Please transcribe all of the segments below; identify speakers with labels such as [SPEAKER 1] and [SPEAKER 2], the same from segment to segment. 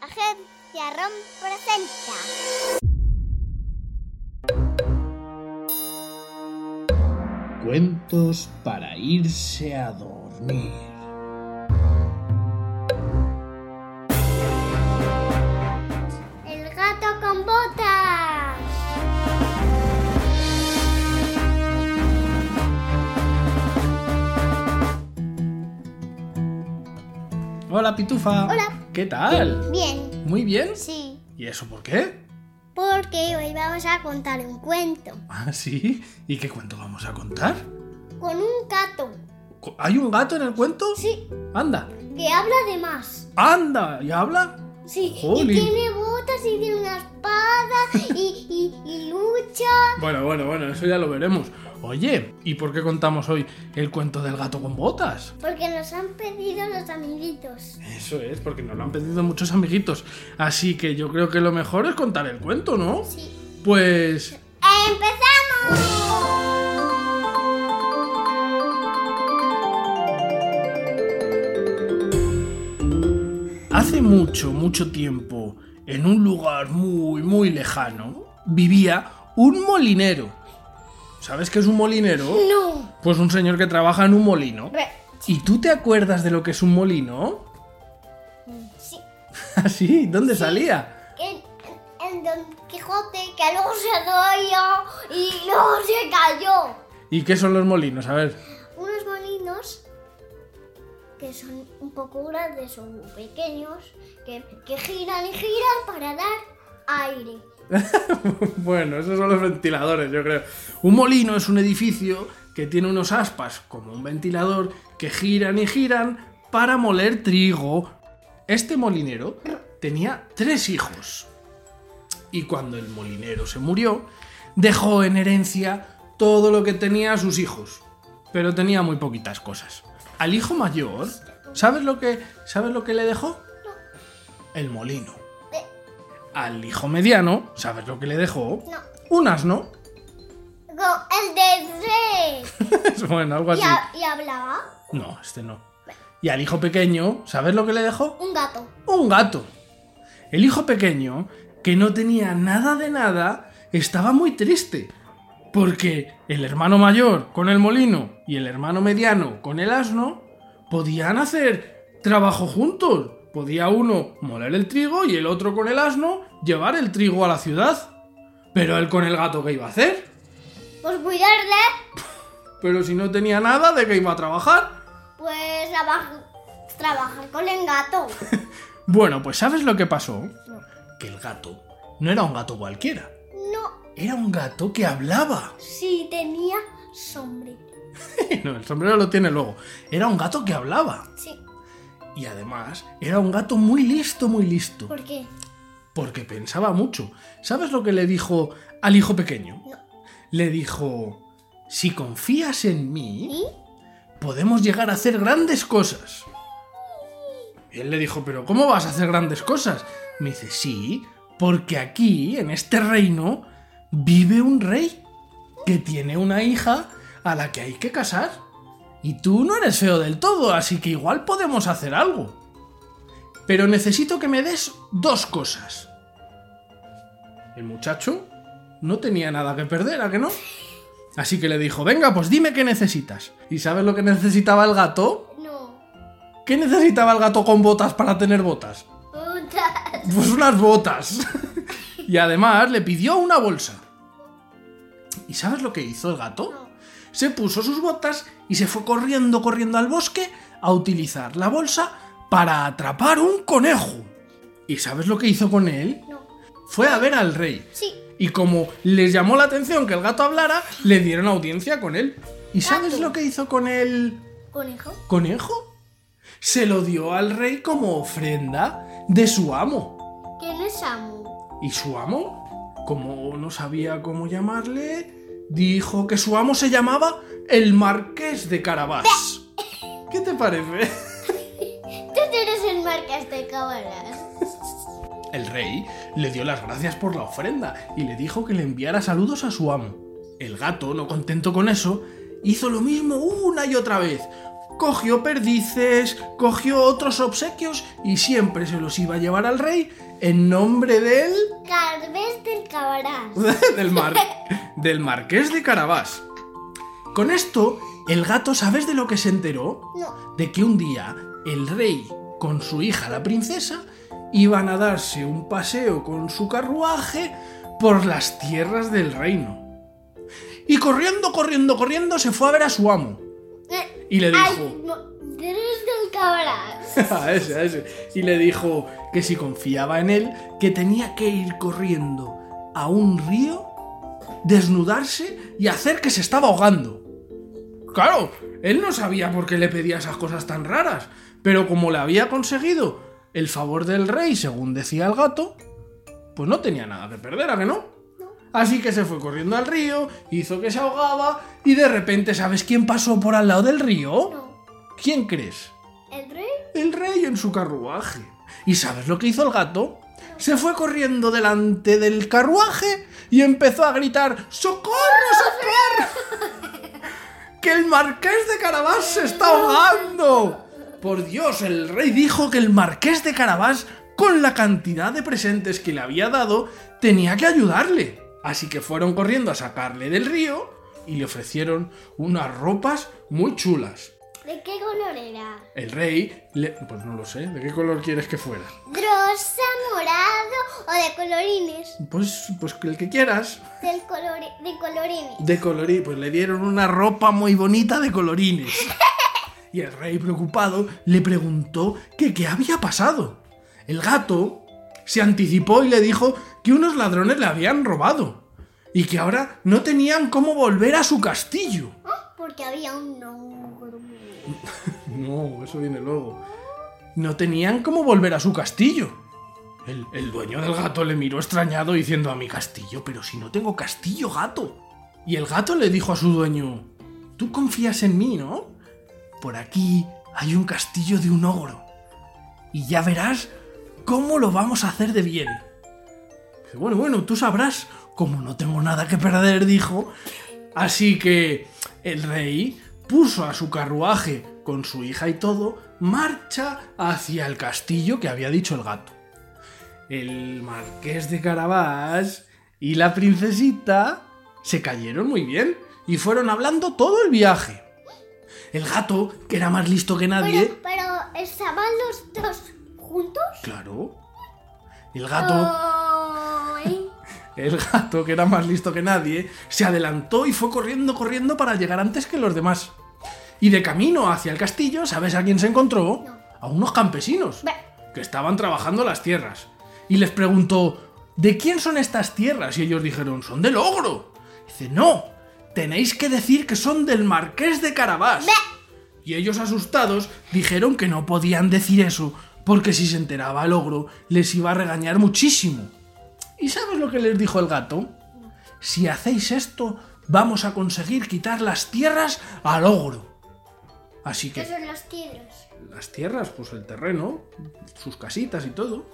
[SPEAKER 1] Agencia ROM presenta.
[SPEAKER 2] Cuentos para irse a dormir.
[SPEAKER 1] El gato con botas.
[SPEAKER 2] Hola, Pitufa.
[SPEAKER 1] Hola.
[SPEAKER 2] ¿Qué tal?
[SPEAKER 1] Bien,
[SPEAKER 2] ¿Muy bien?
[SPEAKER 1] sí,
[SPEAKER 2] ¿Y eso por qué?
[SPEAKER 1] porque hoy vamos a contar un cuento
[SPEAKER 2] Ah, sí. ¿Y qué cuento vamos a contar?
[SPEAKER 1] con un gato.
[SPEAKER 2] Co- ¿Hay un gato en el cuento?
[SPEAKER 1] Sí,
[SPEAKER 2] Anda.
[SPEAKER 1] que habla de más.
[SPEAKER 2] Anda. ¿Y habla?
[SPEAKER 1] Sí,
[SPEAKER 2] Jolín.
[SPEAKER 1] y tiene botas y tiene una espada y, y- y lucha.
[SPEAKER 2] Bueno, bueno, bueno, eso ya lo veremos. Oye, ¿y por qué contamos hoy el cuento del gato con botas?
[SPEAKER 1] Porque nos han pedido los amiguitos.
[SPEAKER 2] Eso es, porque nos lo han pedido muchos amiguitos. Así que yo creo que lo mejor es contar el cuento, ¿no?
[SPEAKER 1] Sí.
[SPEAKER 2] Pues...
[SPEAKER 1] ¡Empezamos!
[SPEAKER 2] Hace mucho, mucho tiempo, en un lugar muy, muy lejano, vivía un molinero. ¿Sabes qué es un molinero?
[SPEAKER 1] No.
[SPEAKER 2] Pues un señor que trabaja en un molino.
[SPEAKER 1] Re-
[SPEAKER 2] ¿Y tú te acuerdas de lo que es un molino?
[SPEAKER 1] Sí.
[SPEAKER 2] ¿Ah, sí? ¿Dónde salía?
[SPEAKER 1] En, en Don Quijote que luego se doyó y luego se cayó.
[SPEAKER 2] ¿Y qué son los molinos? A ver.
[SPEAKER 1] Unos molinos que son un poco grandes o muy pequeños que, que giran y giran para dar aire.
[SPEAKER 2] bueno, esos son los ventiladores, yo creo. Un molino es un edificio que tiene unos aspas, como un ventilador, que giran y giran para moler trigo. Este molinero tenía tres hijos. Y cuando el molinero se murió, dejó en herencia todo lo que tenía a sus hijos. Pero tenía muy poquitas cosas. Al hijo mayor, ¿sabes lo que, ¿sabes lo que le dejó? El molino. Al hijo mediano, ¿sabes lo que le dejó?
[SPEAKER 1] No.
[SPEAKER 2] Un asno.
[SPEAKER 1] Con el de rey.
[SPEAKER 2] Es bueno, algo
[SPEAKER 1] Y,
[SPEAKER 2] así.
[SPEAKER 1] ha- y hablaba
[SPEAKER 2] No, este no. Y al hijo pequeño, ¿sabes lo que le dejó?
[SPEAKER 1] un gato.
[SPEAKER 2] Un gato. El hijo pequeño, que no tenía nada de nada, estaba muy triste. Porque el hermano mayor con el molino y el hermano mediano con el asno podían hacer trabajo juntos. Podía uno moler el trigo y el otro con el asno llevar el trigo a la ciudad. Pero él con el gato, ¿qué iba a hacer?
[SPEAKER 1] Pues cuidarle,
[SPEAKER 2] Pero si no tenía nada, ¿de qué iba a trabajar?
[SPEAKER 1] pues traba- trabajar con el gato.
[SPEAKER 2] Bueno, pues ¿sabes lo que pasó?
[SPEAKER 1] No.
[SPEAKER 2] Que el gato no era un gato cualquiera.
[SPEAKER 1] No,
[SPEAKER 2] Era un gato que hablaba.
[SPEAKER 1] si tenía sombre.
[SPEAKER 2] no, el sombrero lo tiene luego. Era un gato que hablaba.
[SPEAKER 1] Sí.
[SPEAKER 2] Y además, era un gato muy listo, muy listo.
[SPEAKER 1] ¿Por qué?
[SPEAKER 2] Porque pensaba mucho. ¿Sabes lo que le dijo al hijo pequeño?
[SPEAKER 1] No.
[SPEAKER 2] Le dijo, si confías en mí...
[SPEAKER 1] ¿Y?
[SPEAKER 2] podemos llegar a hacer grandes cosas. Y él le dijo, pero ¿cómo vas a hacer grandes cosas? Me dice, sí, porque aquí, en este reino, vive un rey que tiene una hija a la que hay que casar. Y tú no eres feo del todo, así que igual podemos hacer algo. Pero necesito que me des dos cosas. El muchacho no tenía nada que perder, ¿a que no? Así que le dijo, venga, pues dime qué necesitas. ¿Y sabes lo que necesitaba el gato?
[SPEAKER 1] No.
[SPEAKER 2] ¿Qué necesitaba el gato con botas para tener botas?
[SPEAKER 1] Puta.
[SPEAKER 2] Pues unas botas. y además le pidió una bolsa. ¿Y sabes lo que hizo el gato? Se puso sus botas y se fue corriendo, corriendo al bosque a utilizar la bolsa para atrapar un conejo. ¿Y sabes lo que hizo con él?
[SPEAKER 1] No.
[SPEAKER 2] Fue a ver al rey.
[SPEAKER 1] Sí.
[SPEAKER 2] Y como les llamó la atención que el gato hablara, le dieron audiencia con él. ¿Y sabes
[SPEAKER 1] Gato.
[SPEAKER 2] lo que hizo con el
[SPEAKER 1] Conejo.
[SPEAKER 2] conejo? Se lo dio al rey como ofrenda de su amo.
[SPEAKER 1] ¿Quién es Sam?
[SPEAKER 2] Y su amo, como no sabía cómo llamarle, dijo que su amo se llamaba el Marqués de Carabás. ¿Qué te parece?
[SPEAKER 1] Tú no eres el marcas de cámaras.
[SPEAKER 2] El rey le dio las gracias por la ofrenda y le dijo que le enviara saludos a su amo. El gato, no contento con eso, hizo lo mismo una y otra vez. Cogió perdices, cogió otros obsequios y siempre se los iba a llevar al rey en nombre del...
[SPEAKER 1] Carves del cabrón.
[SPEAKER 2] del, mar... del marqués de Carabás. Con esto, el gato, ¿sabes de lo que se enteró?
[SPEAKER 1] No.
[SPEAKER 2] de que un día el rey con su hija la princesa iban a darse un paseo con su carruaje por las tierras del reino. Y corriendo, corriendo, corriendo se fue a ver a su amo.
[SPEAKER 1] Eh,
[SPEAKER 2] Y le
[SPEAKER 1] Ay,
[SPEAKER 2] dijo...
[SPEAKER 1] mo- eres del cabrón.
[SPEAKER 2] A ese, a ese. Y le dijo que si confiaba en él, que tenía que ir corriendo a un río, desnudarse y hacer que se estaba ahogando. Claro, él no sabía por qué le pedía esas cosas tan raras, pero como le había conseguido el favor del rey, según decía el gato, pues no tenía nada que perder, ¿a que no? Así que se fue corriendo al río, hizo que se ahogaba y de repente, ¿sabes quién pasó por al lado del río?
[SPEAKER 1] No.
[SPEAKER 2] ¿Quién crees?
[SPEAKER 1] ¿El rey?
[SPEAKER 2] el rey en su carruaje. ¿Y sabes lo que hizo el gato? Se fue corriendo delante del carruaje y empezó a gritar ¡Socorro, socorro! ¡Que el marqués de Carabás se está ahogando! Por Dios, el rey dijo que el marqués de Carabás, con la cantidad de presentes que le había dado, tenía que ayudarle. Así que fueron corriendo a sacarle del río y le ofrecieron unas ropas muy chulas.
[SPEAKER 1] ¿De qué color era?
[SPEAKER 2] El rey, le- pues no lo sé, ¿de qué color quieres que fuera?
[SPEAKER 1] ¿Rosa, morado o de colorines?
[SPEAKER 2] Pues, pues el que quieras.
[SPEAKER 1] Del color de colorines.
[SPEAKER 2] De colorí, pues le dieron una ropa muy bonita de colorines. Y el rey preocupado le preguntó que qué había pasado. El gato se anticipó y le dijo que unos ladrones le habían robado y que ahora no tenían cómo volver a su castillo.
[SPEAKER 1] Ah, Porque había un ogro.
[SPEAKER 2] No, eso viene luego. No tenían cómo volver a su castillo. El, el dueño del gato le miró extrañado diciendo a mi castillo, pero si no tengo castillo, gato. Y el gato le dijo a su dueño, tú confías en mí, ¿no? Por aquí hay un castillo de un ogro. Y ya verás cómo lo vamos a hacer de bien. Dice, Bueno, bueno, tú sabrás. Como no tengo nada que perder, dijo. Así que el rey puso a su carruaje con su hija y todo, marcha hacia el castillo que había dicho el gato. El marqués de Carabás y la princesita se cayeron muy bien y fueron hablando todo el viaje. El gato, que era más listo que nadie,
[SPEAKER 1] Pero, pero estaban los dos juntos.
[SPEAKER 2] claro. El gato
[SPEAKER 1] Ay.
[SPEAKER 2] El gato, que era más listo que nadie, se adelantó y fue corriendo, corriendo para llegar antes que los demás. Y de camino hacia el castillo, ¿sabes a quién se encontró?
[SPEAKER 1] No.
[SPEAKER 2] A unos campesinos
[SPEAKER 1] Ve.
[SPEAKER 2] que estaban trabajando las tierras. Y les preguntó, ¿de quién son estas tierras? Y ellos dijeron, son del ogro. Dice, no, tenéis que decir que son del marqués de Carabás. Y ellos asustados dijeron que no podían decir eso, porque si se enteraba el ogro les iba a regañar muchísimo. ¿Y sabes lo que les dijo el gato? Si hacéis esto, vamos a conseguir quitar las tierras al ogro. Así que
[SPEAKER 1] ¿Qué son los tigres?
[SPEAKER 2] las tierras, pues el terreno, sus casitas y todo.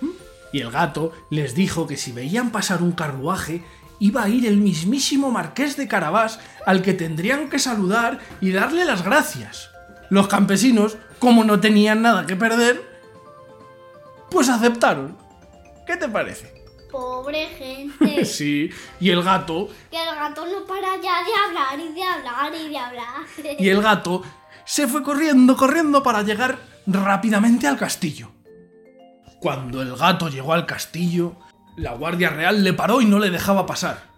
[SPEAKER 2] ¿Mm? Y el gato les dijo que si veían pasar un carruaje, iba a ir el mismísimo marqués de Carabás al que tendrían que saludar y darle las gracias. Los campesinos, como no tenían nada que perder, pues aceptaron. ¿Qué te parece?
[SPEAKER 1] Pobre gente.
[SPEAKER 2] Sí, y el gato
[SPEAKER 1] que el gato no para ya de hablar y de hablar y de hablar.
[SPEAKER 2] y el gato se fue corriendo, corriendo para llegar rápidamente al castillo. Cuando el gato llegó al castillo, la Guardia Real le paró y no le dejaba pasar.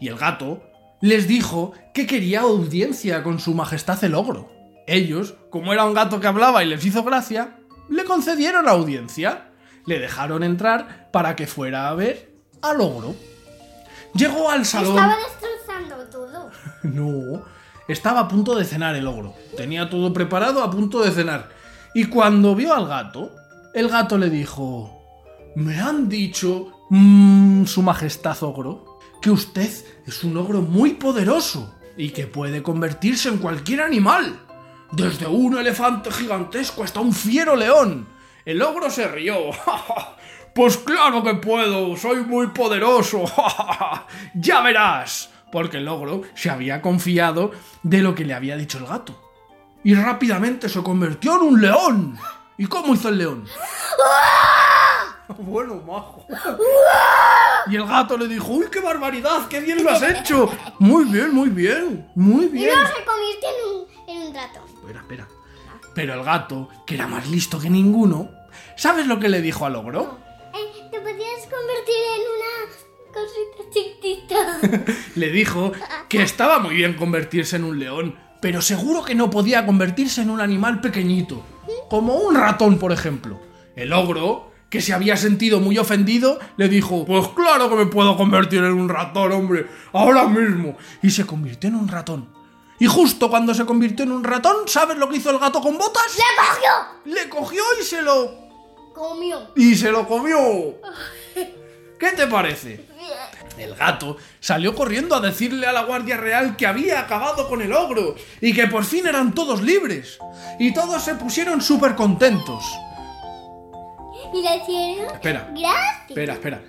[SPEAKER 2] Y el gato les dijo que quería audiencia con su majestad el ogro. Ellos, como era un gato que hablaba y les hizo gracia, le concedieron audiencia. Le dejaron entrar para que fuera a ver al ogro. Llegó al salón.
[SPEAKER 1] Estaba destrozando todo.
[SPEAKER 2] No, estaba a punto de cenar el ogro. Tenía todo preparado a punto de cenar. Y cuando vio al gato, el gato le dijo, me han dicho mm, su majestad ogro, que usted es un ogro muy poderoso y que puede convertirse en cualquier animal. Desde un elefante gigantesco hasta un fiero león. El ogro se rió. Pues claro que puedo, soy muy poderoso. ya verás. Porque el ogro se había confiado de lo que le había dicho el gato. Y rápidamente se convirtió en un león. ¿Y cómo hizo el león? Bueno, majo. Y el gato le dijo, uy, qué barbaridad, qué bien lo has hecho. Muy bien, muy bien, muy
[SPEAKER 1] Y
[SPEAKER 2] bien.
[SPEAKER 1] luego se convirtió en un, en un ratón.
[SPEAKER 2] Espera, espera. Pero el gato, que era más listo que ninguno, ¿sabes lo que le dijo al ogro?
[SPEAKER 1] Eh, te podías convertir en una cosita chiquitita.
[SPEAKER 2] Le dijo que estaba muy bien convertirse en un león, pero seguro que no podía convertirse en un animal pequeñito, como un ratón, por ejemplo. El ogro, que se había sentido muy ofendido, le dijo, pues claro que me puedo convertir en un ratón, hombre, ahora mismo. Y se convirtió en un ratón. Y justo cuando se convirtió en un ratón, ¿sabes lo que hizo el gato con botas?
[SPEAKER 1] ¡Te cogió!
[SPEAKER 2] Le cogió y se lo...
[SPEAKER 1] Comió.
[SPEAKER 2] y se lo comió. ¿Qué te parece?
[SPEAKER 1] Bien.
[SPEAKER 2] El gato salió corriendo a decirle a la Guardia Real que había acabado con el ogro y que por fin eran todos libres. Y todos se pusieron súper contentos.
[SPEAKER 1] Y le hicieron.
[SPEAKER 2] Espera.
[SPEAKER 1] Gracias.
[SPEAKER 2] Espera, espera.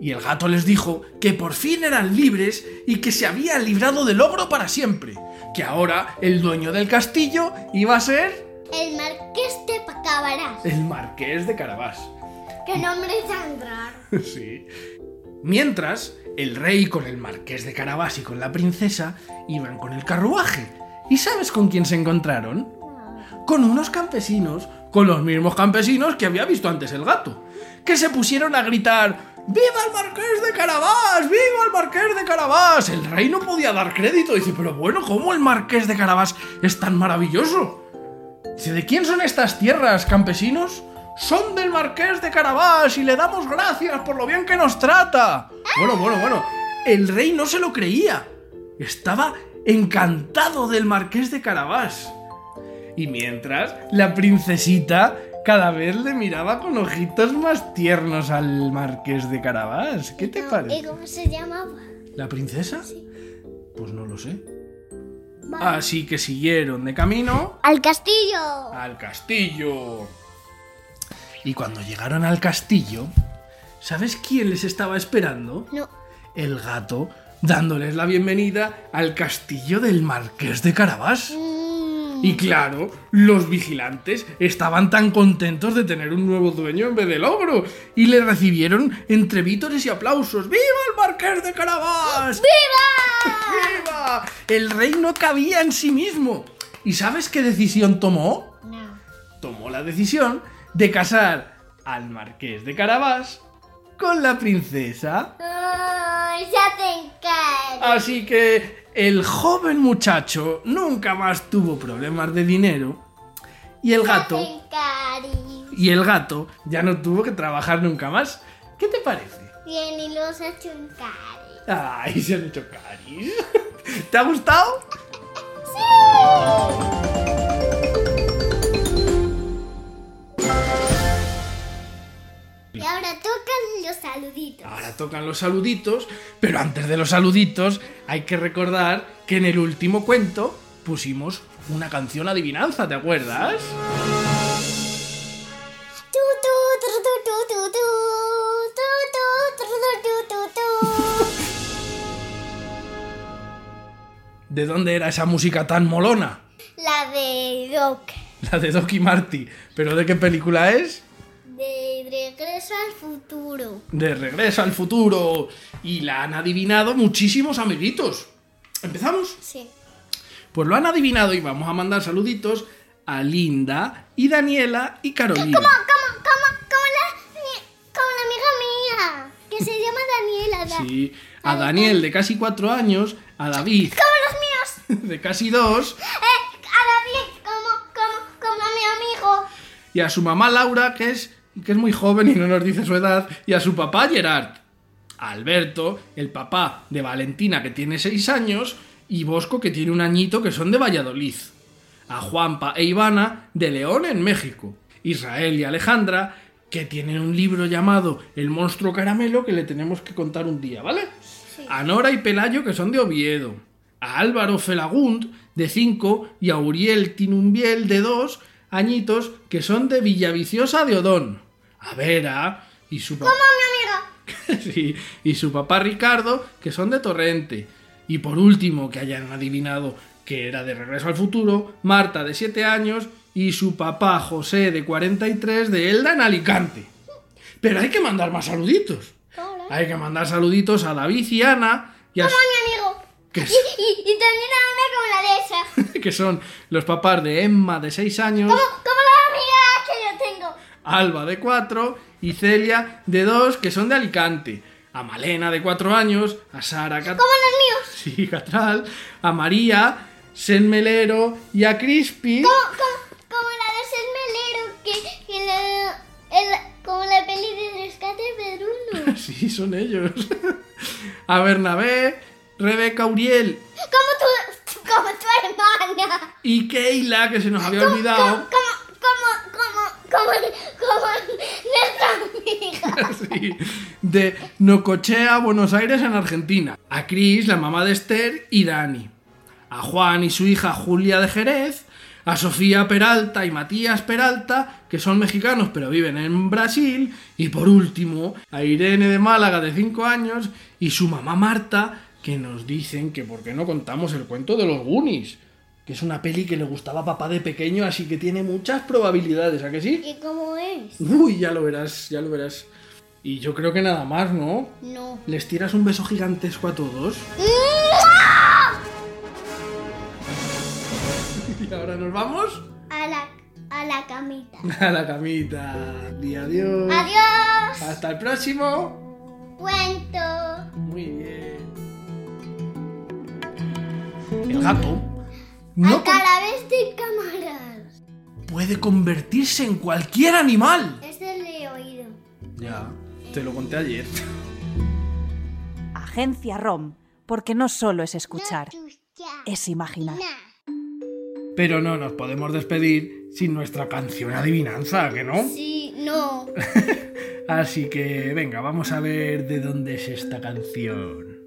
[SPEAKER 2] Y el gato les dijo que por fin eran libres y que se había librado del ogro para siempre. Que ahora el dueño del castillo iba a ser
[SPEAKER 1] El marqués de Pacabarás.
[SPEAKER 2] el marqués de Carabás.
[SPEAKER 1] Qué nombre tan raro.
[SPEAKER 2] Sí. Mientras, el rey con el marqués de Carabas y con la princesa iban con el carruaje. ¿Y sabes con quién se encontraron? Con unos campesinos, con los mismos campesinos que había visto antes el gato, que se pusieron a gritar ¡Viva el marqués de Carabás! ¡Viva el marqués de Carabás! El rey no podía dar crédito. Dice, pero bueno, ¿cómo el marqués de Carabás es tan maravilloso? Dice, ¿de quién son estas tierras, campesinos? Son del marqués de Carabás y le damos gracias por lo bien que nos trata. Bueno, bueno, bueno. El rey no se lo creía. Estaba encantado del marqués de Carabás. Y mientras, la princesita cada vez le miraba con ojitos más tiernos al marqués de Carabás. ¿Qué te
[SPEAKER 1] ¿Y
[SPEAKER 2] parece?
[SPEAKER 1] cómo se llamaba?
[SPEAKER 2] ¿La princesa? Pues no lo sé.
[SPEAKER 1] Vale.
[SPEAKER 2] Así que siguieron de camino
[SPEAKER 1] Al castillo.
[SPEAKER 2] al castillo. Y cuando llegaron al castillo, ¿sabes quién les estaba esperando?
[SPEAKER 1] No.
[SPEAKER 2] El gato, dándoles la bienvenida al castillo del marqués de Carabás.
[SPEAKER 1] Mm,
[SPEAKER 2] Y claro, los vigilantes estaban tan contentos de tener un nuevo dueño en vez del ogro y le recibieron entre vítores y aplausos. ¡Viva el marqués de Carabás!
[SPEAKER 1] ¡Viva!
[SPEAKER 2] ¡Viva! El rey no cabía en sí mismo. ¿Y sabes qué decisión tomó?
[SPEAKER 1] No.
[SPEAKER 2] tomó la decisión de casar al marqués de Carabás con la princesa.
[SPEAKER 1] Ay, ya te encargo.
[SPEAKER 2] Así que el joven muchacho nunca más tuvo problemas de dinero y el
[SPEAKER 1] Ya te
[SPEAKER 2] gato
[SPEAKER 1] encargo.
[SPEAKER 2] y el gato ya no tuvo que trabajar nunca más. ¿Qué te parece?
[SPEAKER 1] Bien, y los ha hecho un cari.
[SPEAKER 2] Ay, se han hecho caris. ¿Te ha gustado?
[SPEAKER 1] Y ahora tocan los saluditos.
[SPEAKER 2] Ahora tocan los saluditos, pero antes de los saluditos hay que recordar que en el último cuento pusimos una canción adivinanza, ¿te acuerdas?
[SPEAKER 1] Tu, tu, tru, tu, tu, tu, tu. Tu, tu, tru, tu, tu, tu, tu.
[SPEAKER 2] ¿De dónde era esa música tan molona?
[SPEAKER 1] La de Doc.
[SPEAKER 2] La de Doc y Marty. ¿Pero de qué película es?
[SPEAKER 1] De regreso al futuro.
[SPEAKER 2] De Regreso al Futuro. Y la han adivinado muchísimos amiguitos. ¿Empezamos?
[SPEAKER 1] Sí.
[SPEAKER 2] Pues lo han adivinado y vamos a mandar saluditos a Linda y Daniela y Carolina.
[SPEAKER 1] Eh, Como, como, como, como la, mi- como la amiga mía. Que se llama Daniela. da-
[SPEAKER 2] Sí, a Daniel de casi cuatro años, a David
[SPEAKER 1] Como los míos.
[SPEAKER 2] de casi dos
[SPEAKER 1] Eh, a David, como, como, como a mi amigo.
[SPEAKER 2] y a su mamá Laura, que es, que es muy joven y no nos dice su edad, y a su papá Gerard. A Alberto, el papá de Valentina, que tiene seis años, y Bosco, que tiene un añito, que son de Valladolid. A Juanpa e Ivana, de León, en México. Israel y Alejandra, que tiene un libro llamado El monstruo caramelo que le tenemos que contar un día, ¿vale? A Nora y Pelayo, que son de Oviedo. A Álvaro Felagund, de 5, y a Uriel Tinumbiel, de 2 añitos, que son de Villaviciosa de Odón. A Vera y su papá. Sí, y su papá Ricardo, que son de Torrente. Y por último, que hayan adivinado que era de Regreso al Futuro, Marta de 7 años y su papá José de 43 de Elda en Alicante. Pero hay que mandar más saluditos.
[SPEAKER 1] Hola.
[SPEAKER 2] Hay que mandar saluditos a David y Ana, y a,
[SPEAKER 1] mi amigo.
[SPEAKER 2] que,
[SPEAKER 1] Y, y, y también a una como la de esa.
[SPEAKER 2] que son los papás de Emma de 6 años,
[SPEAKER 1] Como, como la amiga que yo tengo.
[SPEAKER 2] Alba de 4 y Celia de 2, que son de Alicante. A Malena de 4 años, a Sara Cat-
[SPEAKER 1] Como los míos.
[SPEAKER 2] Sí, Catral, a María, Senmelero y a Crispy.
[SPEAKER 1] Como, como, como la de ser melero. Que, que la, el- como la peli de rescate de Bruno.
[SPEAKER 2] Sí, son ellos. A Bernabé, Rebeca Uriel
[SPEAKER 1] Como tu, como tu hermana.
[SPEAKER 2] y Keila, que se nos había
[SPEAKER 1] Como,
[SPEAKER 2] olvidado.
[SPEAKER 1] como, como, como, como nuestra amiga.
[SPEAKER 2] Sí, de Nocochea, Buenos Aires, en Argentina. A Cris, la mamá de Esther y Dani. A Juan y su hija Julia de Jerez. A Sofía Peralta y Matías Peralta, que son mexicanos pero viven en Brasil. Y por último, a Irene de Málaga de 5 años y su mamá Marta, que nos dicen que por qué no contamos el cuento de los Goonies. Que es una peli que le gustaba a papá de pequeño, así que tiene muchas probabilidades, ¿a que sí?
[SPEAKER 1] ¿Y cómo es?
[SPEAKER 2] Uy, ya lo verás, ya lo verás. Y yo creo que nada más, ¿no?
[SPEAKER 1] No.
[SPEAKER 2] Les tiras un beso gigantesco a todos. Y ahora nos vamos
[SPEAKER 1] A la, a la camita.
[SPEAKER 2] a la camita. Y adiós.
[SPEAKER 1] Adiós.
[SPEAKER 2] Hasta el próximo.
[SPEAKER 1] Cuento.
[SPEAKER 2] Muy bien. El gato no
[SPEAKER 1] A calavés de cámaras.
[SPEAKER 2] puede convertirse en cualquier animal.
[SPEAKER 1] Este le he oído.
[SPEAKER 2] Ya, te lo conté ayer.
[SPEAKER 3] Agencia ROM, porque no solo es escuchar,
[SPEAKER 1] Chucha.
[SPEAKER 3] es imaginar.
[SPEAKER 1] Nah.
[SPEAKER 2] Pero no nos podemos despedir sin nuestra canción adivinanza, ¿que
[SPEAKER 3] ¿Eh?
[SPEAKER 2] no?
[SPEAKER 1] Sí, no.
[SPEAKER 2] Así que venga, vamos a ver de dónde es esta canción.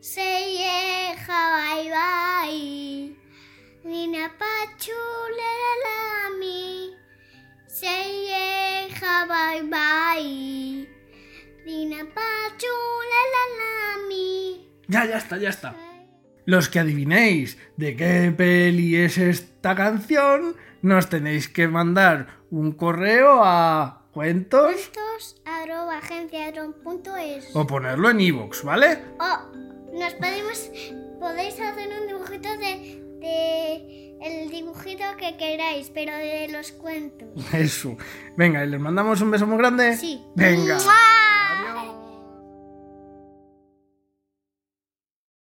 [SPEAKER 1] Se llega bye bye. Nina pachulera la mi. Se llega bye bye. Nina pachulera la mi.
[SPEAKER 2] Ya, ya está, ya está. Los que adivinéis de qué peli es esta canción, nos tenéis que mandar un correo a cuentos
[SPEAKER 1] Estos arroba agenciadron.es.
[SPEAKER 2] o ponerlo en iVoox, ¿vale?
[SPEAKER 1] Oh, nos podemos. Podéis hacer un dibujito de. de el dibujito que queráis, pero de los cuentos.
[SPEAKER 2] Eso. Venga, ¿y les mandamos un beso muy grande.
[SPEAKER 1] Sí.
[SPEAKER 2] Venga.
[SPEAKER 1] ¡Mua!